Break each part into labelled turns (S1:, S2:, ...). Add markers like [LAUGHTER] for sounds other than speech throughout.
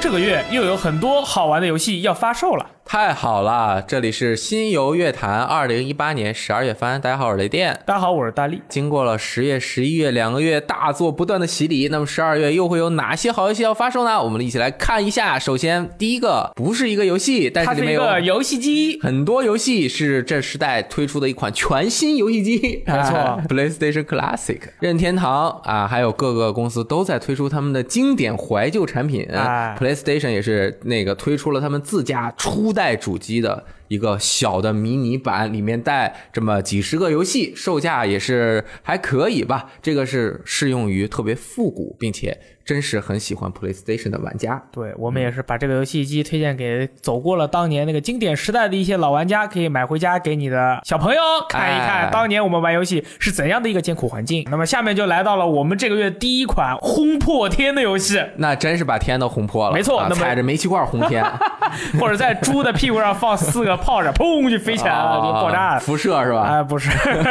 S1: 这个月又有很多好玩的游戏要发售了。
S2: 太好了，这里是新游乐坛二零一八年十二月番，大家好，我是雷电。
S1: 大家好，我是大力。
S2: 经过了十月、十一月两个月大作不断的洗礼，那么十二月又会有哪些好游戏要发售呢？我们一起来看一下。首先，第一个不是一个游戏，但是
S1: 它
S2: 哎里
S1: 是
S2: 面
S1: 一
S2: 有
S1: 个游戏机，
S2: 很多游戏是这时代推出的一款全新游戏机，
S1: [LAUGHS] 没错
S2: 哎，PlayStation [LAUGHS] Classic、任天堂啊，还有各个公司都在推出他们的经典怀旧产品。
S1: 哎
S2: PlayStation 也是那个推出了他们自家初代主机的一个小的迷你版，里面带这么几十个游戏，售价也是还可以吧。这个是适用于特别复古，并且真是很喜欢 PlayStation 的玩家。
S1: 对我们也是把这个游戏机推荐给走过了当年那个经典时代的一些老玩家，可以买回家给你的小朋友看一
S2: 哎
S1: 看，当年我们玩游戏是怎样的一个艰苦环境。那么下面就来到了我们这个月第一款轰破天的游戏，
S2: 那真是把天都轰破了，
S1: 没错
S2: 啊
S1: 那么
S2: 踩着煤气罐轰天。
S1: 或者在猪的屁股上放四个炮仗，砰就飞起来了，就爆炸
S2: 啊
S1: 了。
S2: 辐射是吧？啊
S1: 哎，不是， [LAUGHS]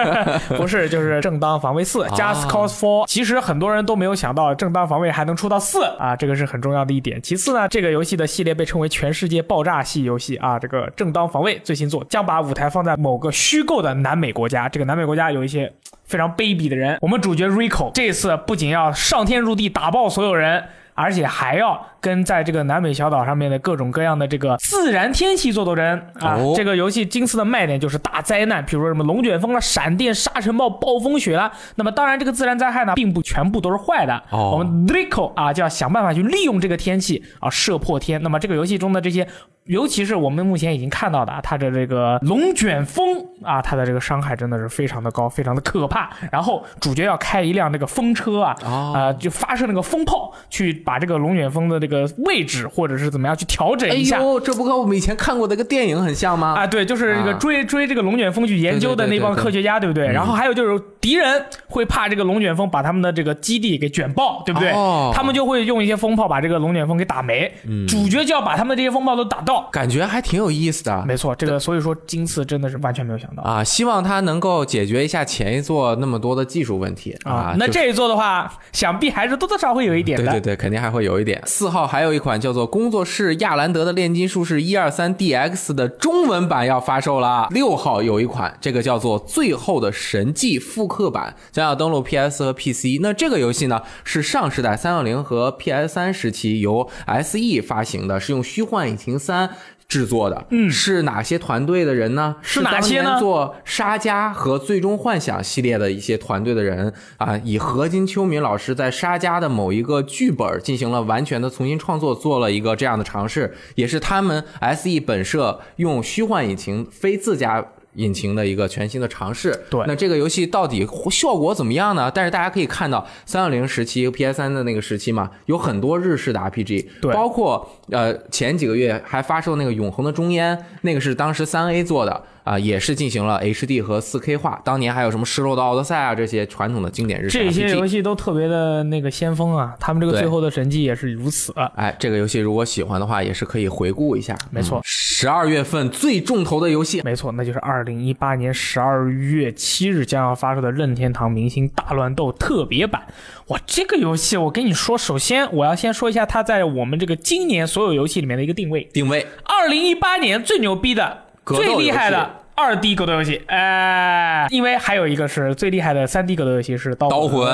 S1: 不是，就是正当防卫四，Just Cause Four。其实很多人都没有想到，正当防卫还能出到四啊，这个是很重要的一点。其次呢，这个游戏的系列被称为全世界爆炸系游戏啊。这个正当防卫最新作将把舞台放在某个虚构的南美国家，这个南美国家有一些非常卑鄙的人。我们主角 Rico 这次不仅要上天入地打爆所有人。而且还要跟在这个南美小岛上面的各种各样的这个自然天气做斗争啊！
S2: 哦
S1: 这个游戏今次的卖点就是大灾难，比如说什么龙卷风啦、闪电、沙尘暴、暴风雪啦。那么当然，这个自然灾害呢，并不全部都是坏的。
S2: 哦
S1: 我们 Rico 啊，就要想办法去利用这个天气啊，射破天。那么这个游戏中的这些。尤其是我们目前已经看到的啊，它的这个龙卷风啊，它的这个伤害真的是非常的高，非常的可怕。然后主角要开一辆这个风车啊，
S2: 哦
S1: 啊，就发射那个风炮，去把这个龙卷风的这个位置或者是怎么样去调整
S2: 哎
S1: 一下。
S2: 呦，这不跟我们以前看过的一个电影很像吗？
S1: 啊，对，就是这个
S2: 啊
S1: 追、追这个龙卷风去研究的那帮
S2: 对对对对对嗯
S1: 科学家，对不对？然后还有就是敌人会怕这个龙卷风把他们的这个基地给卷爆，对不对？
S2: 哦嗯
S1: 他们就会用一些风炮把这个龙卷风给打没。主角就要把他们这些风炮都打到。
S2: 感觉还挺有意思的。
S1: 没错，这个所以说今次真的是完全没有想到
S2: 啊，希望它能够解决一下前一座那么多的技术问题啊。
S1: 那
S2: 就是
S1: 这一座的话，想必还是多多少少会有一点
S2: 对
S1: 的。
S2: 对对，肯定还会有一点。四号还有一款叫做《工作室亚兰德的炼金术士一二三 DX》的中文版要发售了。六号有一款，这个叫做《最后的神迹》复刻版，将要登陆 PS 和 PC。那这个游戏呢，是上世代三六零和 PS 三时期由 SE 发行的，是用《虚幻引擎三》。制作的，嗯，是哪些团队的人呢？
S1: 是哪些呢
S2: 当年做《沙加》和《最终幻想》系列的一些团队的人啊，以何金秋明老师在《沙加》的某一个剧本进行了完全的重新创作，做了一个这样的尝试，也是他们 SE 本社用虚幻引擎非自家。引擎的一个全新的尝试，
S1: 对
S2: 那这个游戏到底效果怎么样呢？但是大家可以看到，三六零时期、PS 三的那个时期嘛，有很多日式的 RPG，
S1: 对
S2: 包括呃前几个月还发售那个《永恒的终焉》，那个是当时三 A 做的啊、也是进行了 HD 和 4K 化。当年还有什么《失落的奥德赛》啊这些传统的经典日式
S1: 这些
S2: RPG
S1: 游戏都特别的那个先锋啊，他们这个
S2: 对
S1: 最后的神迹也是如此。啊
S2: 哎，这个游戏如果喜欢的话，也是可以回顾一下。嗯
S1: 没错，
S2: 十二月份最重头的游戏，
S1: 没错，那就是二零一八年十二月七日将要发售的任天堂明星大乱斗特别版。哇，这个游戏我跟你说，首先我要先说一下它在我们这个今年所有游戏里面的一个定位。
S2: 定位
S1: 二零一八年最牛逼的、
S2: 格斗游戏
S1: 最厉害的二 D 格斗游戏，哎，因为还有一个是最厉害的三 D 格斗游戏是《刀
S2: 刀魂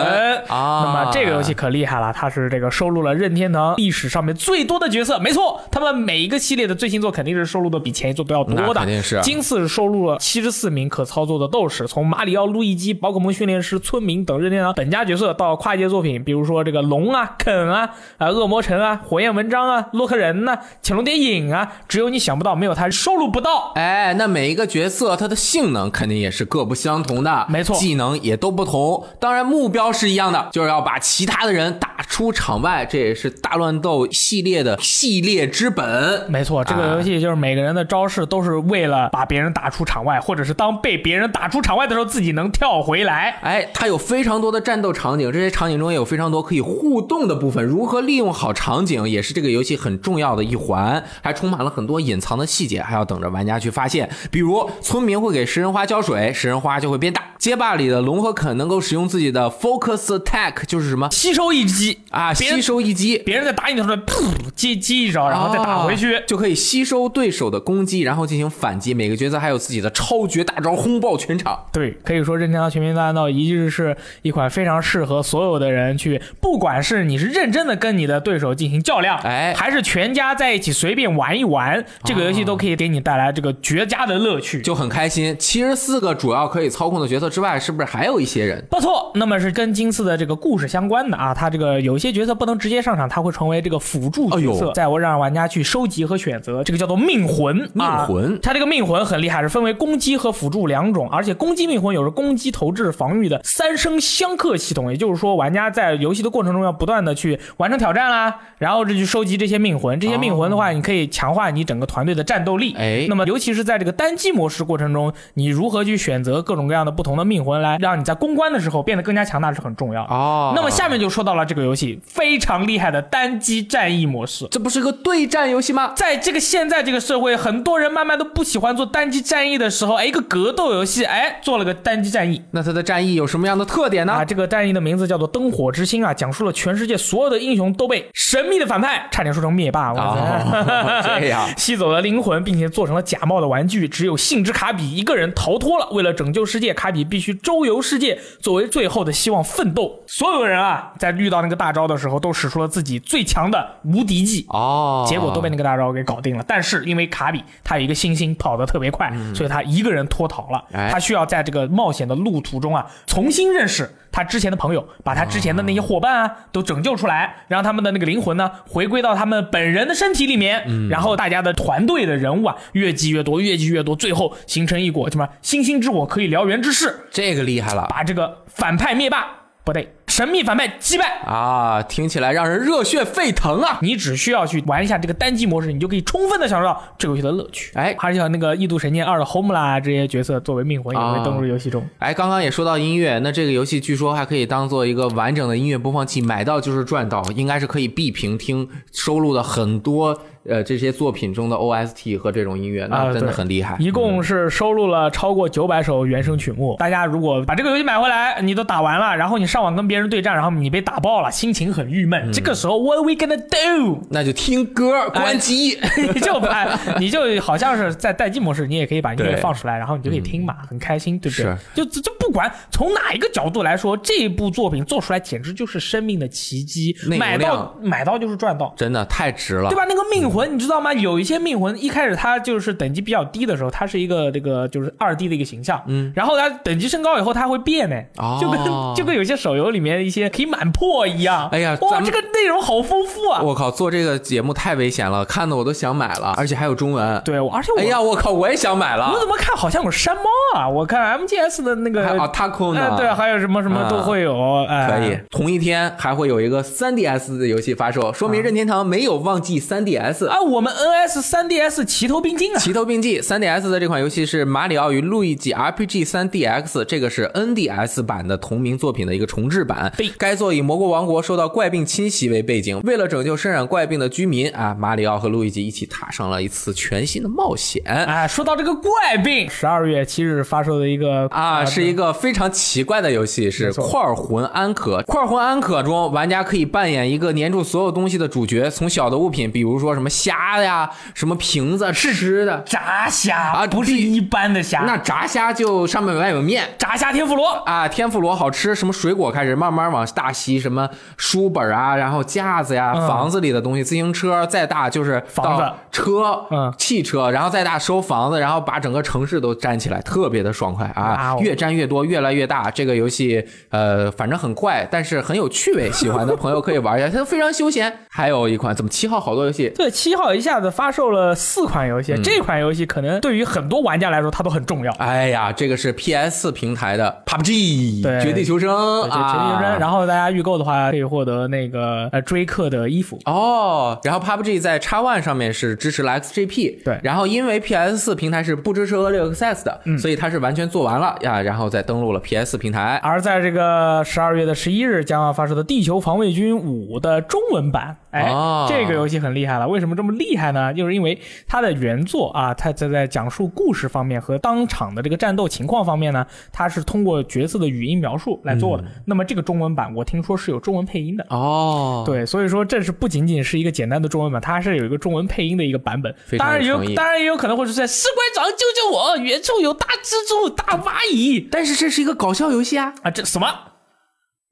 S2: 啊
S1: 那么这个游戏可厉害了，它是这个收录了任天堂历史上面最多的角色，没错，他们每一个系列的最新作肯定是收录的比前一作都要多
S2: 那
S1: 的，
S2: 肯定是啊
S1: 今次收录了七十四名可操作的斗士，从马里奥、路易基、宝可梦训练师、村民等任天堂本家角色，到跨界作品，比如说这个龙啊、肯啊、啊恶魔城啊、火焰文章啊、洛克人呐、潜龙谍影啊，只有你想不到，没有它收录不到。
S2: 哎，那每一个角色它的性能肯定也是各不相同的，
S1: 没错
S2: 技能也都不同。当然目标是一样的，就是要把其他的人打出场外，这也是大乱斗系列的系列之本。
S1: 没错，这个
S2: 啊
S1: 游戏就是每个人的招式都是为了把别人打出场外，或者是当被别人打出场外的时候，自己能跳回来。
S2: 哎，它有非常多的战斗场景，这些场景中也有非常多可以互动的部分。如何利用好场景，也是这个游戏很重要的一环，还充满了很多隐藏的细节，还要等着玩家去发现。比如，村民会给食人花浇水，食人花就会变大。街霸里的龙和肯能够使用自己的 Focus Attack，就是什么
S1: 吸收一击
S2: 啊，
S1: 别人
S2: 吸收一击。
S1: 别人在打你的时候， [LAUGHS] 噗，击击一招，然后再打回去。
S2: 哦就可以吸收对手的攻击，然后进行反击。每个角色还有自己的超绝大招，轰爆全场。
S1: 对，可以说《任天堂全民大乱斗》一直是一款非常适合所有的人去，不管是你是认真的跟你的对手进行较量，
S2: 哎
S1: 还是全家在一起随便玩一玩，这个游
S2: 啊
S1: 戏都可以给你带来这个绝佳的乐趣。
S2: 就很开心。七十四个主要可以操控的角色之外，是不是还有一些人？
S1: 不错，那么是跟今次的这个故事相关的啊，它这个有一些角色不能直接上场，它会成为这个辅助角
S2: 哎
S1: 色，
S2: 呦
S1: 在我让玩家去收集和选择，这个叫做命魂。
S2: 命
S1: 啊
S2: 魂
S1: 它这个命魂很厉害，是分为攻击和辅助两种，而且攻击命魂有着攻击、投掷、防御的三声相克系统，也就是说，玩家在游戏的过程中要不断的去完成挑战啦，然后这去收集这些命魂，这些命魂的话，你可以强化你整个团队的战斗力。
S2: 哎
S1: 那么尤其是在这个单机模式过程中，你如何去选择各种各样的不同的命魂来让你在攻关的时候变得更加强大是很重要的。
S2: 哦
S1: 那么下面就说到了这个游戏非常厉害的单机战役模式。
S2: 这不是个对战游戏吗？
S1: 在这个现在这个社会，很多人慢慢都不喜欢做单机战役的时候，哎，一个格斗游戏，哎，做了个单机战役。
S2: 那它的战役有什么样的特点呢？
S1: 啊，这个战役的名字叫做《灯火之星》啊，讲述了全世界所有的英雄都被神秘的反派，差点说成灭霸，我 [LAUGHS]
S2: 哦
S1: 操
S2: 这样
S1: 吸走了灵魂，并且做成了假冒的玩具。只有信之卡比一个人逃脱了。为了拯救世界，卡比必须周游世界，作为最后的希望奋斗。所有人啊，在遇到那个大招的时候，都使出了自己最强的无敌技。
S2: 哦，
S1: 结果都被那个大招给搞定了。但是因为卡比他有一个星星跑得特别快，所以他一个人脱逃了。
S2: 嗯哎
S1: 他需要在这个冒险的路途中啊，重新认识他之前的朋友，把他之前的那
S2: 哦
S1: 些伙伴啊都拯救出来，让他们的那个灵魂呢回归到他们本人的身体里面。
S2: 嗯
S1: 然后大家的团队的人物啊越积越多，越积越多，最后形成一股什么星星之火可以燎原之势，
S2: 这个厉害了
S1: 把这个反派灭霸不对，神秘反派击败。
S2: 啊！听起来让人热血沸腾啊！
S1: 你只需要去玩一下这个单机模式，你就可以充分的享受到这个游戏的乐趣。
S2: 哎
S1: 还是像那个《异度神剑二》的 Home 啦这些角色作为命魂也会登入游戏中。
S2: 哎，刚刚也说到音乐，那这个游戏据说还可以当做一个完整的音乐播放器，买到就是赚到，应该是可以闭屏听收录的很多呃这些作品中的 OST 和这种音乐，
S1: 啊
S2: 那真的
S1: 对
S2: 很厉害。嗯
S1: 一共是收录了超过九百首原声曲目。大家如果把这个游戏买回来，你都打完了，然后你上网跟别人对战，然后你被打爆了，心情很郁闷。这个时候，What we gonna do？
S2: 那就听歌关机。
S1: 你 [LAUGHS] 就把，你就好像是在待机模式，你也可以把音乐
S2: 对嗯
S1: 放出来，然后你就可以听嘛，很开心，对不对
S2: 是？
S1: 就这这不管从哪一个角度来说，这部作品做出来简直就是生命的奇迹，
S2: 内容
S1: 买到
S2: 量啊嗯
S1: 买到就是赚到。
S2: 真的太值了
S1: 对。吧？那个命魂，你知道吗？有一些命魂一开始它就是等级比较低的时候，它是一个这个就是二 D 的一个形象，嗯，然后它等级升高以后，它会变呢，
S2: 哦
S1: 就跟就跟有些手游里面一些可以满破一样。
S2: 哎呀
S1: 哇，
S2: 咱们
S1: 这个内容好丰富啊！
S2: 我靠，做这个节目太危险了，看的我都想买了，而且还有中文。，
S1: 对，我而且我
S2: 哎呀，我靠，我也想买
S1: 我
S2: 了。
S1: 怎么看好像有山猫啊？我看 MGS 的那个
S2: 啊还有哦 Taco 呢？嗯
S1: 哎对，还有什么什么都会有，哎，
S2: 可以。。同一天还会有一个 3DS 的游戏发售，说明任天堂没有忘记 3DS。
S1: 啊，我们 NS、3DS 齐头并进啊，
S2: 齐头并进，3DS 的这款游戏是《马里奥与路易吉 RPG 3DX》，这个是 NDS 版的同名作品的一个重制版
S1: 对。
S2: 该作以魔国王国受到怪病侵袭为背景，为了拯救身染怪病的居民啊，马里奥和路易吉一起踏上了一次全新的冒险。
S1: 哎，说到这个怪病，十二月七日发售的一个呃
S2: 啊，是一个非常奇怪的游戏，是《块儿魂安可》。《块儿魂安可》中，玩家可以扮演一个粘住所有东西的主角，从小的物品，比如说什么虾呀、什么瓶子、吃的，
S1: 炸虾
S2: 啊
S1: 不是
S2: 这
S1: 一般的虾，
S2: 那炸虾就上面外有面。
S1: 炸虾天妇罗。
S2: 啊，天妇罗好吃，什么水果开始慢慢往大吸，什么书本啊，然后架子呀、房子里的东西，自行车再大就是
S1: 嗯房子
S2: 到车、
S1: 嗯
S2: 汽车，然后再大收房子，然后把整个城市都占起来，特别的爽快
S1: 哇
S2: 啊
S1: 哦！
S2: 越占越多，越来越大。这个游戏呃，反正很怪，但是很有趣味，喜欢的朋友可以玩一下， [LAUGHS] 它非常休闲。还有一款怎么七号好多游戏。
S1: 对，七号一下子发售了四款游
S2: 嗯
S1: 戏，这款游戏可能对于很多玩家来说，它都很重要。
S2: 哎呀，这个是 PS 平台的 PUBG
S1: 对
S2: 绝地求生
S1: 对这
S2: 啊，
S1: 然后大家预购的话，可以获得那个呃追客的衣服。
S2: 哦，然后 PUBG 在 X One 上面是支持了 XGP，
S1: 对嗯
S2: 然后因为 PS 4平台是不支持 Early Access 的，所以以它是完全做完了呀、然后再登陆了 PS 平台。
S1: 而在这个十二月的十一日将要发售的《地球防卫军五》的中文版，哎，
S2: 哦
S1: 这个游戏很厉害了。为什么这么厉害呢？就是因为它的原作啊，它它在讲述故事方面和当场的这个战斗情况方面呢，它是通过角色的语音描述来做的。那么这个中文版，我听说是有中文配音的。
S2: 嗯哦，
S1: 对，所以说这是不仅仅是一个简单的中文版，它还是有一个中文配音的一个版本。
S2: 非常
S1: 当然
S2: 有
S1: 有
S2: 诚意，
S1: 当然也有可能会出现“士官长救救我，远处有大蜘蛛、大蚂蚁”，
S2: 但是这是一个搞笑游戏啊。
S1: 啊，这什么？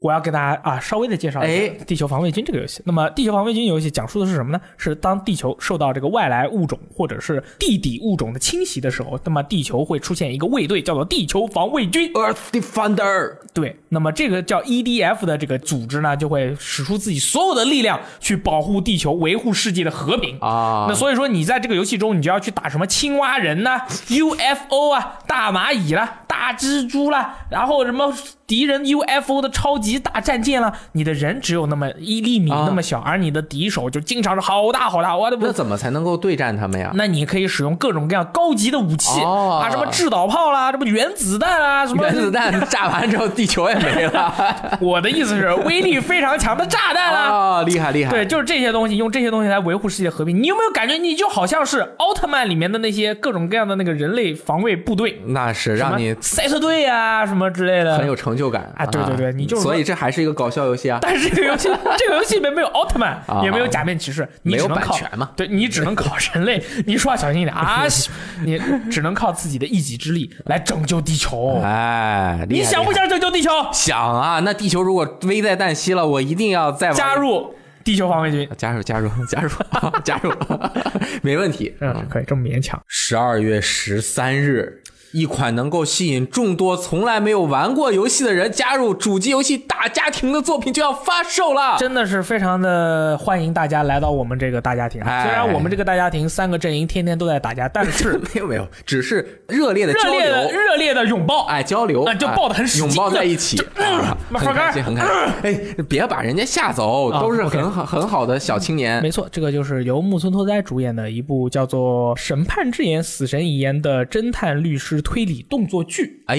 S1: 我要给大家啊稍微的介绍一下
S2: 哎
S1: 《地球防卫军》这个游戏。那么，《地球防卫军》游戏讲述的是什么呢？是当地球受到这个外来物种或者是地底物种的侵袭的时候，那么地球会出现一个卫队，叫做地球防卫军。
S2: Earth Defender，
S1: 对，那么这个叫 EDF 的这个组织呢，就会使出自己所有的力量去保护地球，维护世界的和平
S2: 啊
S1: 那所以说，你在这个游戏中，你就要去打什么青蛙人呐、UFO 啊、大蚂蚁啦、大蜘蛛啦，然后什么敌人 UFO 的超级大战舰啦，你的人只有那么一厘米
S2: 啊
S1: 那么小，而你的敌手就经常是好大好大，我的
S2: 那怎么才能够对战他们呀？
S1: 那你可以使用各种各样高级的武器、
S2: 哦
S1: 啊，什么制导炮啦，什么原子弹啊，什么
S2: [LAUGHS] 原子弹炸完之后，地球也没了。
S1: [LAUGHS] 我的意思是，威力非常强的炸弹啦、
S2: 啊，厉害厉害！
S1: 对，就是这些东西，用这些东西来维护世界和平。你有没有感觉，你就好像是奥特曼里面的那些各种各样的那个人类防卫部队，
S2: 那是让你
S1: 什么赛车队啊什么之类的，
S2: 很有成就感
S1: 啊对对对你就是说
S2: 所以这还是一个搞笑游戏啊。
S1: 但是这个游
S2: [LAUGHS]
S1: 戏，这个游戏里面没有奥特曼
S2: 啊，
S1: 也没有假面骑士，你只能靠
S2: 没有版权嘛
S1: 对你只能靠人
S2: [LAUGHS]
S1: 类，你说话小心一点啊！西你只能靠自己的一己之力来拯救地球。
S2: 哎，厉
S1: 你
S2: 害
S1: 想不
S2: 厉害
S1: 想拯救地
S2: [LAUGHS]
S1: 球？
S2: 想啊？那地球如果危在旦夕了，我一定要再往啊
S1: 加入地球防卫军。
S2: 加入加入 [LAUGHS] 加入加入， [LAUGHS] 没问题。
S1: 嗯，可以这么勉强。
S2: 十二月十三日，一款能够吸引众多从来没有玩过游戏的人加入主机游戏大家庭的作品就要发售了。
S1: 真的是非常的欢迎大家来到我们这个大家庭。啊
S2: 哎
S1: 虽然我们这个大家庭三个阵营天天都在打架，但是
S2: [LAUGHS] 没有没有，只是热烈
S1: [LAUGHS]
S2: 的
S1: 热
S2: 交
S1: 烈的
S2: 流。
S1: 热烈的拥抱，
S2: 哎，交流
S1: 啊就抱得很
S2: 哎
S1: 使劲嗯
S2: 拥抱在一起，啊
S1: 马
S2: 很
S1: 上
S2: 开
S1: 杆
S2: 心，很开心。哎，别把人家吓走，
S1: 啊
S2: 都是
S1: OK
S2: 很好很好的小青年。
S1: 没错，这个就是由木村拓哉主演的一部叫做《审判之眼：死神遗言》的侦探律师推理动作剧
S2: 哎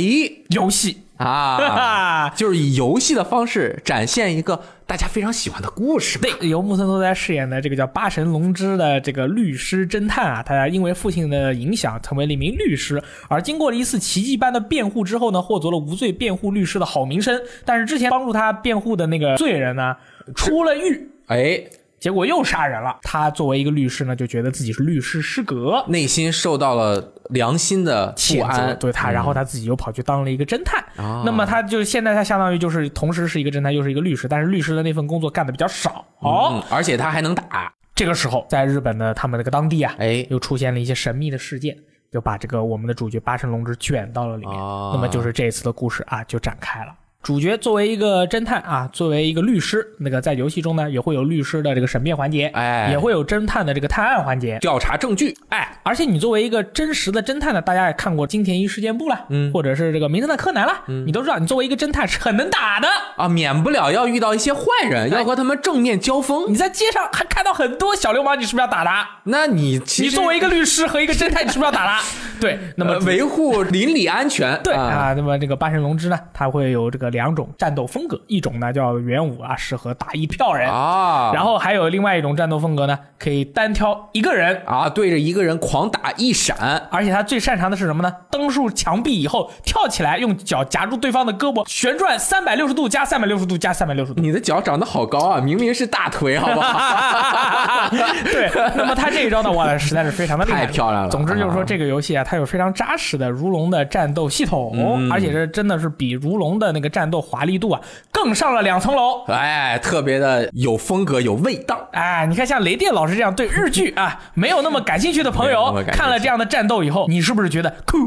S1: 游戏。哈 [LAUGHS]
S2: 啊，
S1: 哈，
S2: 就是以游戏的方式展现一个大家非常喜欢的故事嘛。
S1: 对，由木村拓哉饰演的这个叫八神龙之的这个律师侦探啊，他因为父亲的影响成为了一名律师，而经过了一次奇迹般的辩护之后呢，获得了无罪辩护律师的好名声。但是之前帮助他辩护的那个罪人呢，出了狱。
S2: 哎，
S1: 结果又杀人了。他作为一个律师呢，就觉得自己是律师失格，
S2: 内心受到了良心的不
S1: 谴责
S2: 安。嗯
S1: 对他，然后他自己又跑去当了一个侦探。
S2: 啊
S1: 那么他就现在他相当于就是同时是一个侦探又是一个律师，但是律师的那份工作干的比较少。哦，
S2: 嗯，而且他还能打。
S1: 这个时候在日本的他们那个当地啊，
S2: 哎
S1: 又出现了一些神秘的事件。就把这个我们的主角八神龙之卷到了里面，
S2: 啊
S1: 那么就是这一次的故事啊就展开了。主角作为一个侦探啊，作为一个律师，那个在游戏中呢也会有律师的这个审辩环节，
S2: 哎
S1: 也会有侦探的这个探案环节，
S2: 调查证据，
S1: 哎，而且你作为一个真实的侦探呢，大家也看过《金田一事件簿》了，嗯，或者是这个《名侦探柯南》了，嗯，你都知道，你作为一个侦探是很能打的。
S2: 啊，免不了要遇到一些坏人，要和他们正面交锋。
S1: 你在街上还看到很多小流氓，你是不是要打他？
S2: 那你其
S1: 你
S2: 实
S1: 作为一个律师和一个侦探，你是不是要打
S2: [LAUGHS]
S1: 他？对，那么
S2: 呃维护邻里安全，
S1: [LAUGHS] 对
S2: 啊，
S1: 啊，那么这个八神龙之呢，它会有这个两种战斗风格，一种呢叫元武啊，适合打一票人，
S2: 啊，
S1: 然后还有另外一种战斗风格呢，可以单挑一个人。
S2: 啊，对着一个人狂打一闪，
S1: 而且他最擅长的是什么呢？登树墙壁以后跳起来，用脚夹住对方的胳膊，旋转三百六十度加三百六十度加三百六十度。
S2: 你的脚长得好高啊，明明是大腿，好 [LAUGHS] 不好？
S1: [LAUGHS] 对，那么他这一招呢，哇，实在是非常的厉害，
S2: 太漂亮了
S1: 总之就是说，这个游戏啊，它有非常扎实的如龙的战斗系统，
S2: 嗯
S1: 而且这真的是比如龙的那个战斗华丽度啊，更上了两层楼。
S2: 哎，特别的有风格，有味道。
S1: 哎，你看像雷电老师这样对日剧啊
S2: [LAUGHS]
S1: 没有那么感兴趣的朋
S2: 没有那
S1: 友
S2: 么，感兴趣
S1: 看了这样的战斗以后，你是不是觉得酷？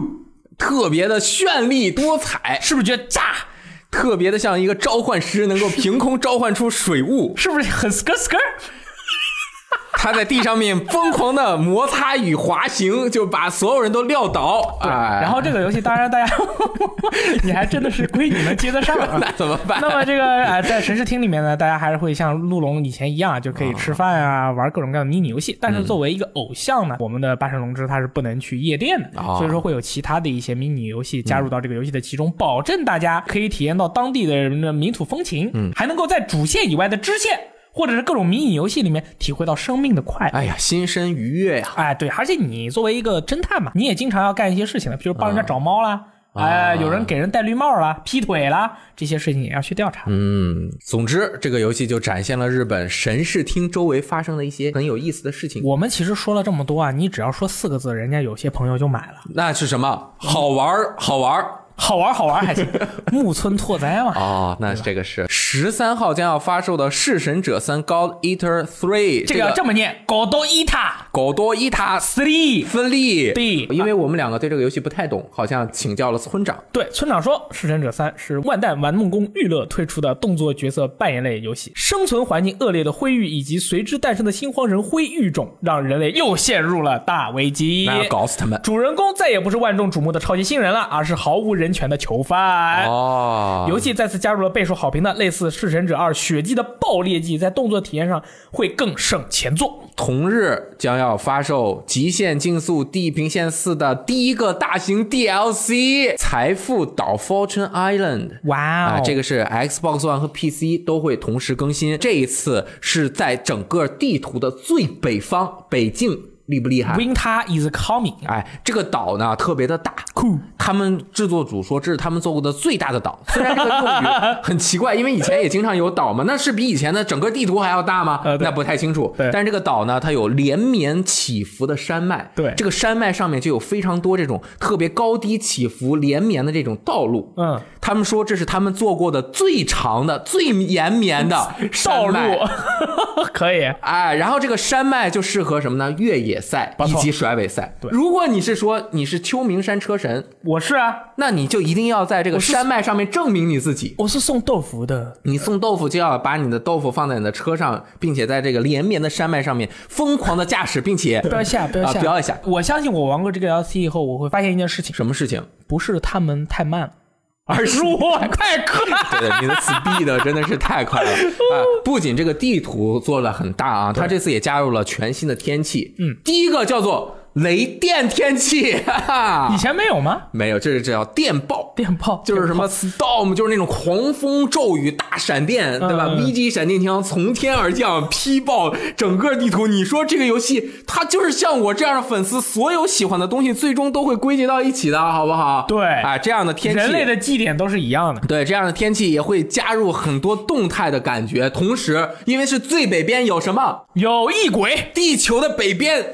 S2: 特别的绚丽多彩，
S1: 是不是觉得炸？，
S2: 特别的像一个召唤师，能够凭空召唤出水雾 [LAUGHS]
S1: 是不是很 skr skr？
S2: 他在地上面疯狂的摩擦与滑行，就把所有人都撂倒。哎，
S1: 然后这个游戏，当然大家， [LAUGHS] 你还真的是归你们接得上啊。
S2: [LAUGHS] 那怎么办？
S1: [LAUGHS] 那么这个啊、呃在神视厅里面呢，大家还是会像鹿龙以前一样，就可以吃饭啊，玩各种各样的迷你游戏。
S2: 嗯
S1: 但是作为一个偶像呢，我们的八神龙之他是不能去夜店的，
S2: 哦
S1: 所以说会有其他的一些迷你游戏加入到这个游戏的其中，保证大家可以体验到当地的人的民土风情，嗯，还能够在主线以外的支线或者是各种迷你游戏里面体会到生命的快乐。
S2: 哎呀，心生愉悦呀、
S1: 哎，对，而且你作为一个侦探嘛，你也经常要干一些事情的，比如帮人家找猫啦，
S2: 嗯
S1: 哎，
S2: 啊
S1: 有人给人戴绿帽啦、劈腿啦，这些事情也要去调查。
S2: 嗯，总之，这个游戏就展现了日本神视厅周围发生的一些很有意思的事情。
S1: 我们其实说了这么多啊，你只要说四个字，人家有些朋友就买了，
S2: 那是什么？好玩儿，好玩儿。
S1: 好玩好玩还
S2: [LAUGHS]
S1: 行。木村拓哉嘛，
S2: 哦，那这个是十三号将要发售的《弑神者三 God Eater Three》，
S1: 这个要这么念，狗多伊塔
S2: 狗多伊塔
S1: three。
S2: 分利。
S1: 对
S2: 因为我们两个对这个游戏不太懂，好像请教了村长。
S1: 对，村长说，《弑神者三》是万代玩梦宫娱乐推出的动作角色扮演类游戏，生存环境恶劣的灰域以及随之诞生的新荒神灰域种，让人类又陷入了大危机。
S2: 那要搞死他们。
S1: 主人公再也不是万众瞩目的超级新人了，而是毫无人权的囚犯。
S2: 哦，
S1: 游戏再次加入了备受好评的类似《弑神者二》血祭的爆裂技，在动作体验上会更胜前作。
S2: 同日将要发售《极限竞速：地平线四》的第一个大型 DLC《财富岛 Fortune Island》。
S1: 哇哦
S2: 啊，这
S1: 个
S2: 个是 Xbox One 和 PC 都会同时更新。这一次是在整个地图的最北方，北境厉不厉害？
S1: Winter is coming，啊
S2: 哎，这个岛呢特别的大，
S1: 酷
S2: 他们制作组说这是他们做过的最大的岛。虽然这个用语很奇怪，因为以前也经常有岛嘛，那是比以前的整个地图还要大吗？
S1: 呃对
S2: 那不太清楚。
S1: 对
S2: 但是这个岛呢，它有连绵起伏的山脉，
S1: 对
S2: 这个山脉上面就有非常多这种特别高低起伏、连绵的这种道路。
S1: 嗯，
S2: 他们说这是他们做过的最长的、最延绵的
S1: 道
S2: 山
S1: 路
S2: 脉。
S1: [LAUGHS] 可以。
S2: 哎，然后这个山脉就适合什么呢？越野赛
S1: 不
S2: 以
S1: 错
S2: 及甩尾赛。如果你是说你是秋名山车神，
S1: 我是啊，
S2: 那你就一定要在这个
S1: 我是
S2: 山脉上面证明你自己。
S1: 我是送豆腐的。
S2: 你送豆腐就要把你的豆腐放在你的车上，并且在这个连绵的山脉上面疯狂的驾驶，并
S1: [LAUGHS]
S2: 且
S1: 不要下，不要
S2: 啊
S1: 下，
S2: 不要下。
S1: 我相信我玩过这个 LC 以后，我会发现一件事情，
S2: 什么事情？
S1: 不是他们太慢了，而 [LAUGHS] 是我太快。
S2: 对的，你的 speed 真的是太快了啊！不仅这个地图做了很大啊，它这次也加入了全新的天气。嗯，第一个叫做雷电天气，哈
S1: [LAUGHS] 以
S2: 哈，
S1: 前没有吗？
S2: 没有，这是叫电暴。
S1: 电炮
S2: 就是什么 storm，就是那种狂风骤雨、大闪电，对吧
S1: 嗯嗯
S2: ？V G 闪电枪从天而降，劈爆整个地图。你说这个游戏，它就是像我这样的粉丝，所有喜欢的东西，最终都会归结到一起的，好不好？
S1: 对
S2: 啊，这样的天气，
S1: 人类的基点都是一样的。
S2: 对，这样的天气也会加入很多动态的感觉。同时，因为是最北边有什么？
S1: 有异鬼，
S2: 地球的北边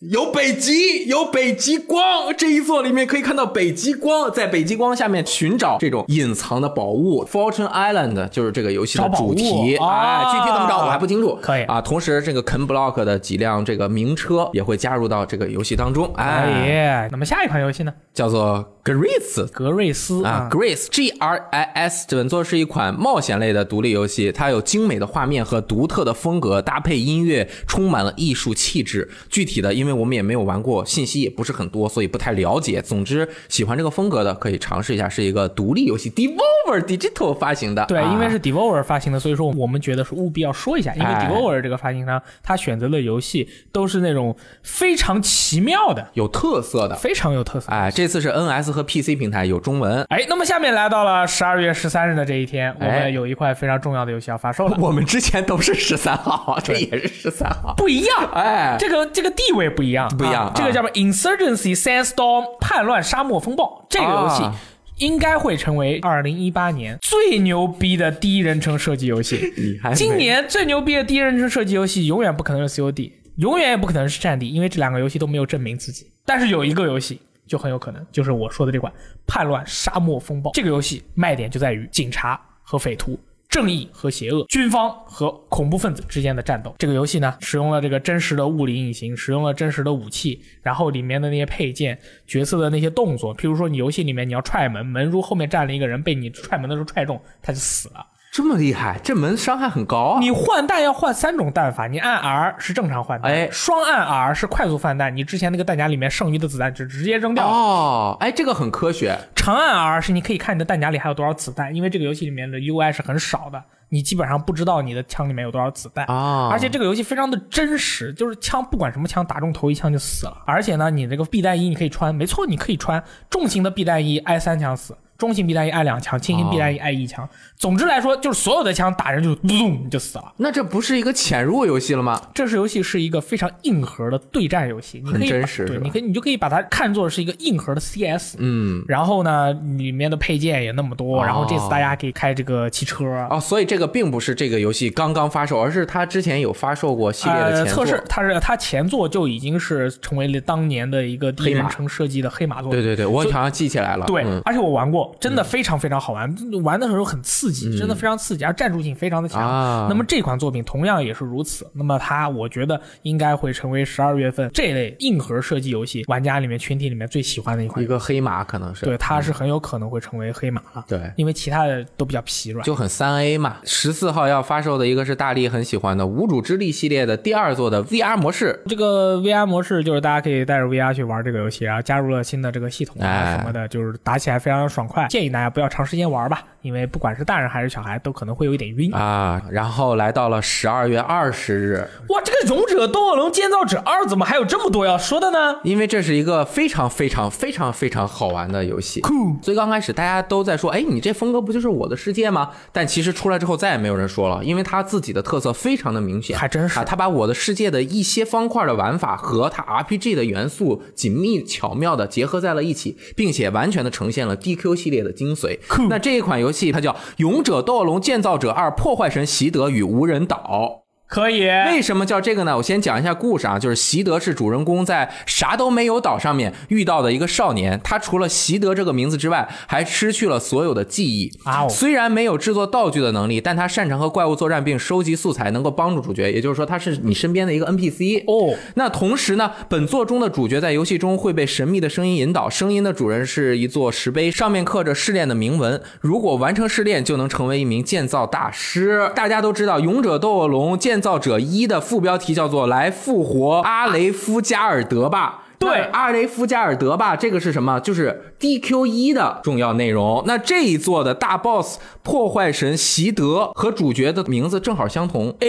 S2: 有北极，有北极光。这一座里面可以看到北极光，在北极光下面寻找这种隐藏的宝物。Fortune Island 就是这个游戏的
S1: 找宝
S2: 主
S1: 物
S2: 题。哎，
S1: 啊
S2: 具体怎么找我还不清楚。
S1: 可以
S2: 啊。同时，这个 Ken Block 的几辆这个名车也会加入到这个游戏当中。
S1: 哎
S2: 哎，
S1: 呀，那么下一款游戏呢？
S2: 叫做 Grace
S1: 格瑞斯
S2: 啊
S1: 啊，
S2: ，Grace G R I S 本作是一款冒险类的独立游戏，它有精美的画面和独特的风格，搭配音乐充满了艺术气质。具体的，因为我们也没有玩过，信息也不是很多，所以不太了解。总之，喜欢这个风格的可以尝试一下，是一个独立游戏，Devolver Digital 发行的。
S1: 对，
S2: 啊
S1: 因为是 Devolver 发行的，所以说我们觉得是务必要说一下，因为
S2: 哎
S1: Devolver 这个发行商，他选择的游戏都是那种非常奇妙的，
S2: 有特色的。
S1: 非常有特色。
S2: 哎，这次是 NS 和 PC 平台有中文。
S1: 哎，那么下面来到了十二月十三日的这一天，我
S2: 哎
S1: 们有一款非常重要的游戏要发售了，
S2: 我们之前都是十三号，啊这也是十三号。
S1: 不一样，
S2: 哎，
S1: 这个这个地位不一样，
S2: 不一样
S1: 啊这个叫做 Insurgency Sandstorm 叛乱沙漠风暴这个游戏
S2: 啊。
S1: 应该会成为二零一八年最牛逼的第一人称射击游戏。
S2: 你还没
S1: 今年最牛逼的第一人称射击游戏永远不可能是 COD，永远也不可能是战地，因为这两个游戏都没有证明自己。但是有一个游戏就很有可能，就是我说的这款《叛乱沙漠风暴》。这个游戏卖点就在于警察和匪徒。正义和邪恶，军方和恐怖分子之间的战斗。这个游戏呢，使用了这个真实的物理引擎，使用了真实的武器，然后里面的那些配件、角色的那些动作，譬如说你游戏里面你要踹门，门如后面站了一个人，被你踹门的时候踹中，他就死了。
S2: 这么厉害，这门伤害很高啊！
S1: 你换弹要换三种弹法，你按 R 是正常换弹，
S2: 哎
S1: 双按 R 是快速换弹，你之前那个弹夹里面剩余的子弹就直接扔掉了。
S2: 哦，哎，这个很科学，
S1: 长按 R 是你可以看你的弹夹里还有多少子弹，因为这个游戏里面的 UI 是很少的，你基本上不知道你的枪里面有多少子弹
S2: 啊
S1: 而且这个游戏非常的真实，就是枪不管什么枪打中头一枪就死了。而且呢，你这个避弹衣你可以穿，没错，你可以穿重型的避弹衣挨三枪死。中型避弹衣挨两枪，
S2: 哦
S1: 轻型避弹衣挨一枪。总之来说，就是所有的枪打人就咚就死了。
S2: 那这不是一个潜入游戏了吗？
S1: 这是游戏是一个非常硬核的对战游戏，你可以
S2: 很真
S1: 把
S2: 实
S1: 对，
S2: 是吧
S1: 你可以你就可以把它看作是一个硬核的 CS。
S2: 嗯，
S1: 然后呢，里面的配件也那么多，
S2: 哦
S1: 然后这次大家可以开这个汽车。
S2: 哦，所以这个并不是这个游戏刚刚发售，而是它之前有发售过系列的
S1: 呃，
S2: 前作。
S1: 测试，它是它前作就已经是成为了当年的一个第一人称设计的黑马作品
S2: 对。对对，我好像记起来了。
S1: 对
S2: 嗯、嗯
S1: 而且我玩过，真的非常非常好玩，玩的时候很刺激，真的非常刺激，而战术性非常的强。
S2: 啊
S1: 那么这款作品同样也是如此。那么它，我觉得应该会成为十二月份这类硬核射击游戏玩家里面群体里面最喜欢的一款
S2: 一。个黑马可能是
S1: 对，它是很有可能会成为黑马了，
S2: 对
S1: 因为其他的都比较疲软。
S2: 就很三 A 嘛。十四号要发售的一个是大力很喜欢的《无主之力》系列的第二作的 VR 模式。
S1: 这个 VR 模式就是大家可以带着 VR 去玩这个游戏，然后加入了新的这个系统啊
S2: 哎
S1: 什么的，就是打起来非常爽快。建议大家不要长时间玩吧，因为不管是大人还是小孩，都可能会有一点晕。
S2: 啊，然后来到了十二月二十日，
S1: 哇，这个《勇者斗恶龙：建造者二》怎么还有这么多要说的呢？
S2: 因为这是一个非常非常非常非常好玩的游戏。
S1: 酷
S2: 最刚开始大家都在说，哎，你这风格不就是我的世界吗？但其实出来之后再也没有人说了，因为它自己的特色非常的明显，
S1: 还真是
S2: 啊，它把我的世界的一些方块的玩法和它 RPG 的元素紧密巧妙的结合在了一起，并且完全的呈现了 DQ 系列的精髓。那这一款游戏它叫《勇者斗恶龙：建造者二：破坏神席德与无人岛》。
S1: 可以。
S2: 为什么叫这个呢？我先讲一下故事啊，就是习德是主人公在啥都没有岛上面遇到的一个少年，他除了习德这个名字之外，还失去了所有的记忆。
S1: 啊哦
S2: 虽然没有制作道具的能力，但他擅长和怪物作战并收集素材，能够帮助主角。也就是说，他是你身边的一个 NPC
S1: 哦
S2: 那同时呢，本作中的主角在游戏中会被神秘的声音引导，声音的主人是一座石碑，上面刻着试炼的铭文。如果完成试炼，就能成为一名建造大师。大家都知道，《勇者斗恶龙：建造者一》的副标题叫做“来复活阿雷夫加尔德吧”。
S1: 对
S2: 那阿雷夫加尔德吧，这个是什么？就是 DQ 一的重要内容。那这一座的大 boss 破坏神席德和主角的名字正好相同，
S1: 哎，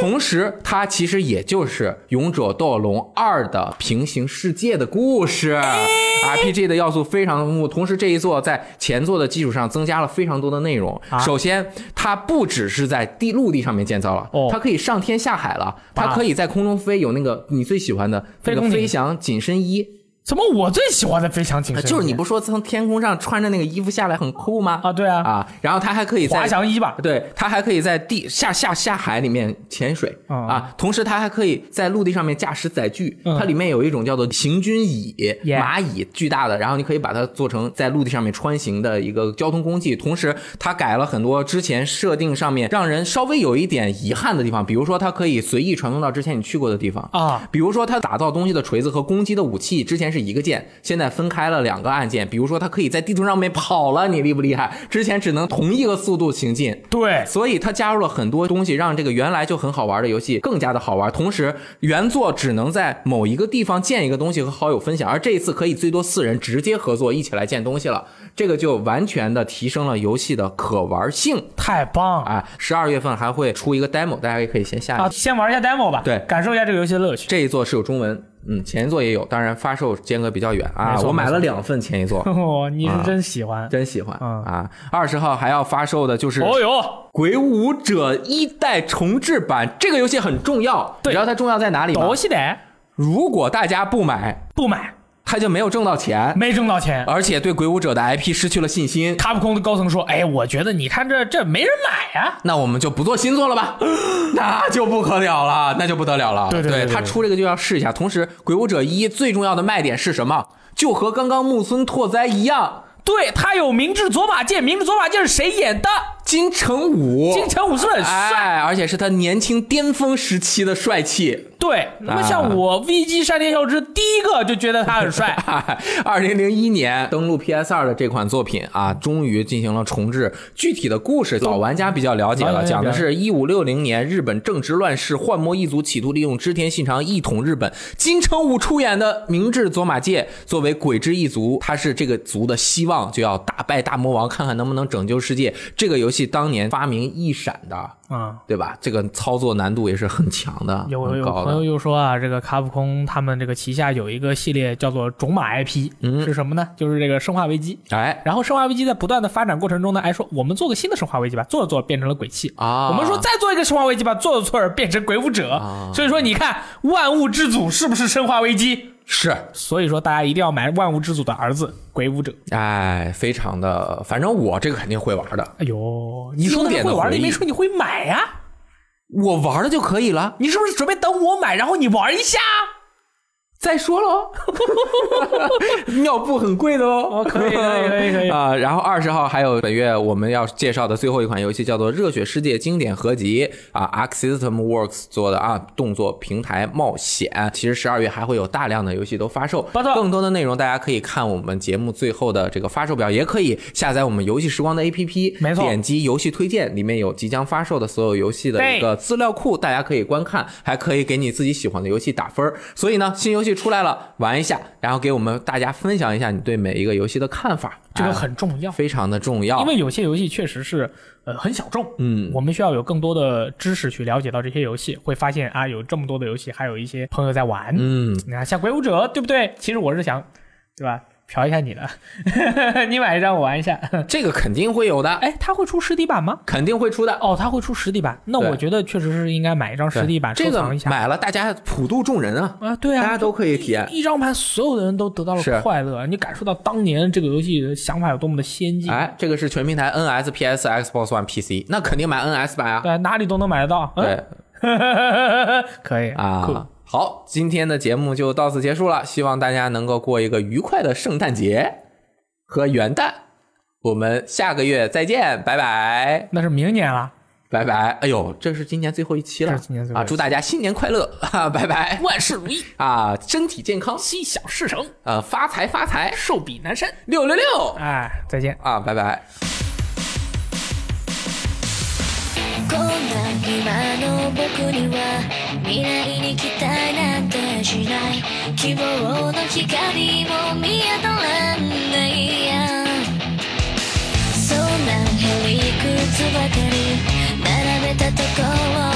S2: 同时，它其实也就是《勇者斗恶龙二》的平行世界的故事。RPG
S1: 哎
S2: 的要素非常丰富，同时这一作在前作的基础上增加了非常多的内容。
S1: 啊
S2: 首先，它不只是在地陆地上面建造了，
S1: 哦啊
S2: 它可以上天下海了，它可以在空中飞，有那个你最喜欢的那
S1: 飞
S2: 个
S1: 空艇
S2: 飞翔紧身衣，
S1: 怎么我最喜欢的飞翔警
S2: 呃
S1: 神？
S2: 就是你不说从天空上穿着那个衣服下来很酷吗？
S1: 啊？对啊，
S2: 啊，然后它还可以在
S1: 滑翔衣吧？
S2: 对，它还可以在地下下下海里面潜水、
S1: 嗯
S2: 啊，同时它还可以在陆地上面驾驶载具，
S1: 嗯
S2: 它里面有一种叫做行军椅
S1: Yeah
S2: 蚂蚁巨大的，然后你可以把它做成在陆地上面穿行的一个交通工具。同时，它改了很多之前设定上面让人稍微有一点遗憾的地方，比如说它可以随意传送到之前你去过的地方
S1: 啊，
S2: 比如说它打造东西的锤子和攻击的武器之前是一个键，现在分开了两个按键。比如说它可以在地图上面跑了，你厉不厉害？之前只能同一个速度行进，
S1: 对，
S2: 所以它加入了很多东西，让这个原来就很好玩的游戏更加的好玩。同时，原作只能在某一个地方建一个东西和好友分享，而这一次可以最多四人直接合作一起来建东西了，这个就完全的提升了游戏的可玩性。
S1: 太棒了
S2: 啊，十二月份还会出一个 demo，大家也可以先下一下
S1: 啊！先玩一下 demo 吧，
S2: 对
S1: 感受一下这个游戏的乐趣。
S2: 这一座是有中文，嗯，前一座也有，当然发售间隔比较远
S1: 没
S2: 啊。
S1: 错
S2: 我买
S1: 没
S2: 了
S1: 错
S2: 两份前
S1: [LAUGHS]
S2: 一座，
S1: 哦，你是真喜欢。
S2: 真喜欢
S1: 嗯
S2: 啊。二十号还要发售的就是啊
S1: 哦
S2: 《
S1: 哟，
S2: 鬼武者一代重置版》，这个游戏很重要，你
S1: 对
S2: 知道它重要在哪里吗
S1: 游？戏得
S2: 如果大家不买，
S1: 不买，
S2: 他就没有挣到
S1: [LAUGHS]
S2: 钱，
S1: 没挣到钱。
S2: 而且对鬼武者的 IP 失去了信心。
S1: 卡普空的高层说：“哎，我觉得你看这这没人买啊呀、
S2: 那我们就不做新作了吧？ [LAUGHS] 那就不可了了，那就不得了了。
S1: 对对
S2: 对
S1: 对对对
S2: 他出这个就要试一下。同时，《鬼武者一》最重要的卖点是什么？就和刚刚木村拓哉一样，
S1: 对他有明智左马剑，明智左马剑是谁演的？
S2: 金城武，哎
S1: 金城武是不是很帅？
S2: 哎，而且是他年轻巅峰时期的帅气。。
S1: 对，那么像我 VG 山田孝之，第一个就觉得他很帅
S2: [LAUGHS] 二零零一年登陆 PS 二的这款作品啊，终于进行了重置。具体的故事老玩家比较了解
S1: 老
S2: 了，
S1: 玩家
S2: 讲的
S1: 比较
S2: 是一五六零年日本正值乱世，幻魔一族企图利用织田信长一统日本。金城武出演的明智佐马介作为鬼之一族，他是这个族的希望，就要打败大魔王，看看能不能拯救世界。这个游戏当年发明一闪的。
S1: 啊、
S2: 对吧？这个操作难度也是很强的，
S1: 有
S2: 很
S1: 有
S2: 高
S1: 朋友
S2: 的。
S1: 又说啊，这个卡普空他们这个旗下有一个系列叫做种马 IP，、是
S2: 嗯
S1: 什么呢？就是这个《生化危机》。
S2: 哎
S1: 然后《生化危机》在不断的发展过程中呢，还说我们做个新的《生化危机》吧，做着做着变成了鬼泣
S2: 啊，
S1: 我们说再做一个《生化危机》吧，做着做着变成鬼舞者。
S2: 啊
S1: 所以说你看，万物之祖是不是《生化危机》？
S2: 是
S1: 所以说大家一定要买万物之祖的儿子鬼舞者。
S2: 哎，非常的，反正我这个肯定会玩的，
S1: 哎呦，你说
S2: 经
S1: 你
S2: 典的
S1: 会玩，
S2: 回忆
S1: 你没说你会买啊呀、
S2: 我玩了就可以了。
S1: 你是不是准备等我买，然后你玩一下？
S2: 再说
S1: [LAUGHS]
S2: 喽，尿布很贵的哦。
S1: 哦可以可以可以可以
S2: 啊、然后二十号还有本月我们要介绍的最后一款游戏叫做《热血世界经典合集》啊，Arc System Works 做的啊，动作平台冒险。其实十二月还会有大量的游戏都发售，
S1: 没错
S2: 更多的内容大家可以看我们节目最后的这个发售表，也可以下载我们游戏时光的 APP，
S1: 没错
S2: 点击游戏推荐，里面有即将发售的所有游戏的一个呃资料库，大家可以观看，还可以给你自己喜欢的游戏打分儿。所以呢，新游戏出来了，玩一下，然后给我们大家分享一下你对每一个游戏的看法，
S1: 这个
S2: 哎
S1: 很重要，
S2: 非常的重要
S1: 因。为有些游戏确实是呃很小众，
S2: 嗯
S1: 我们需要有更多的知识去了解到这些游戏，会发现啊有这么多的游戏，还有一些朋友在玩。
S2: 嗯，
S1: 你看像鬼舞者，对不对？其实我是想， [LAUGHS] 对吧？嫖一下你的， [LAUGHS] 你买一张我玩一下。
S2: 这个肯定会有的，
S1: 嗯哎，它会出实体版吗？
S2: 肯定会出的。
S1: 哦，它会出实体版，那
S2: 对
S1: 我觉得确实是应该买一张实体版
S2: 这
S1: 收
S2: 个
S1: 藏一下。
S2: 买了，大家普度众人啊，
S1: 啊，对啊，
S2: 大家都可以体验
S1: 一一张盘，所有的人都得到
S2: 是
S1: 了快乐，你感受到当年这个游戏的想法有多么的先进。
S2: 哎，这个是全平台 NS、PS、Xbox One、PC，那肯定买 NS 版啊。
S1: 对，哪里都能买得到。嗯，
S2: 对，
S1: [LAUGHS] 可以酷
S2: 啊。好，今天的节目就到此结束了，希望大家能够过一个愉快的圣诞节和元旦。我们下个月再见，拜拜，
S1: 那是明年了。
S2: 拜拜。哎呦，这是今年最后一期了
S1: 这是今年最后一
S2: 啊！
S1: 期
S2: 祝大家新年快乐， [LAUGHS] 啊、拜拜
S1: 万事如意，
S2: 啊！身体健康，
S1: 心想事成，
S2: 呃，发财发财，
S1: 寿比南山。
S2: 六六六
S1: 哎，再见。
S2: 啊！拜拜。
S3: こんな今の僕には未来に期待なんてしない希望の光も見当たらないやそんなへりくつばかり並べたところ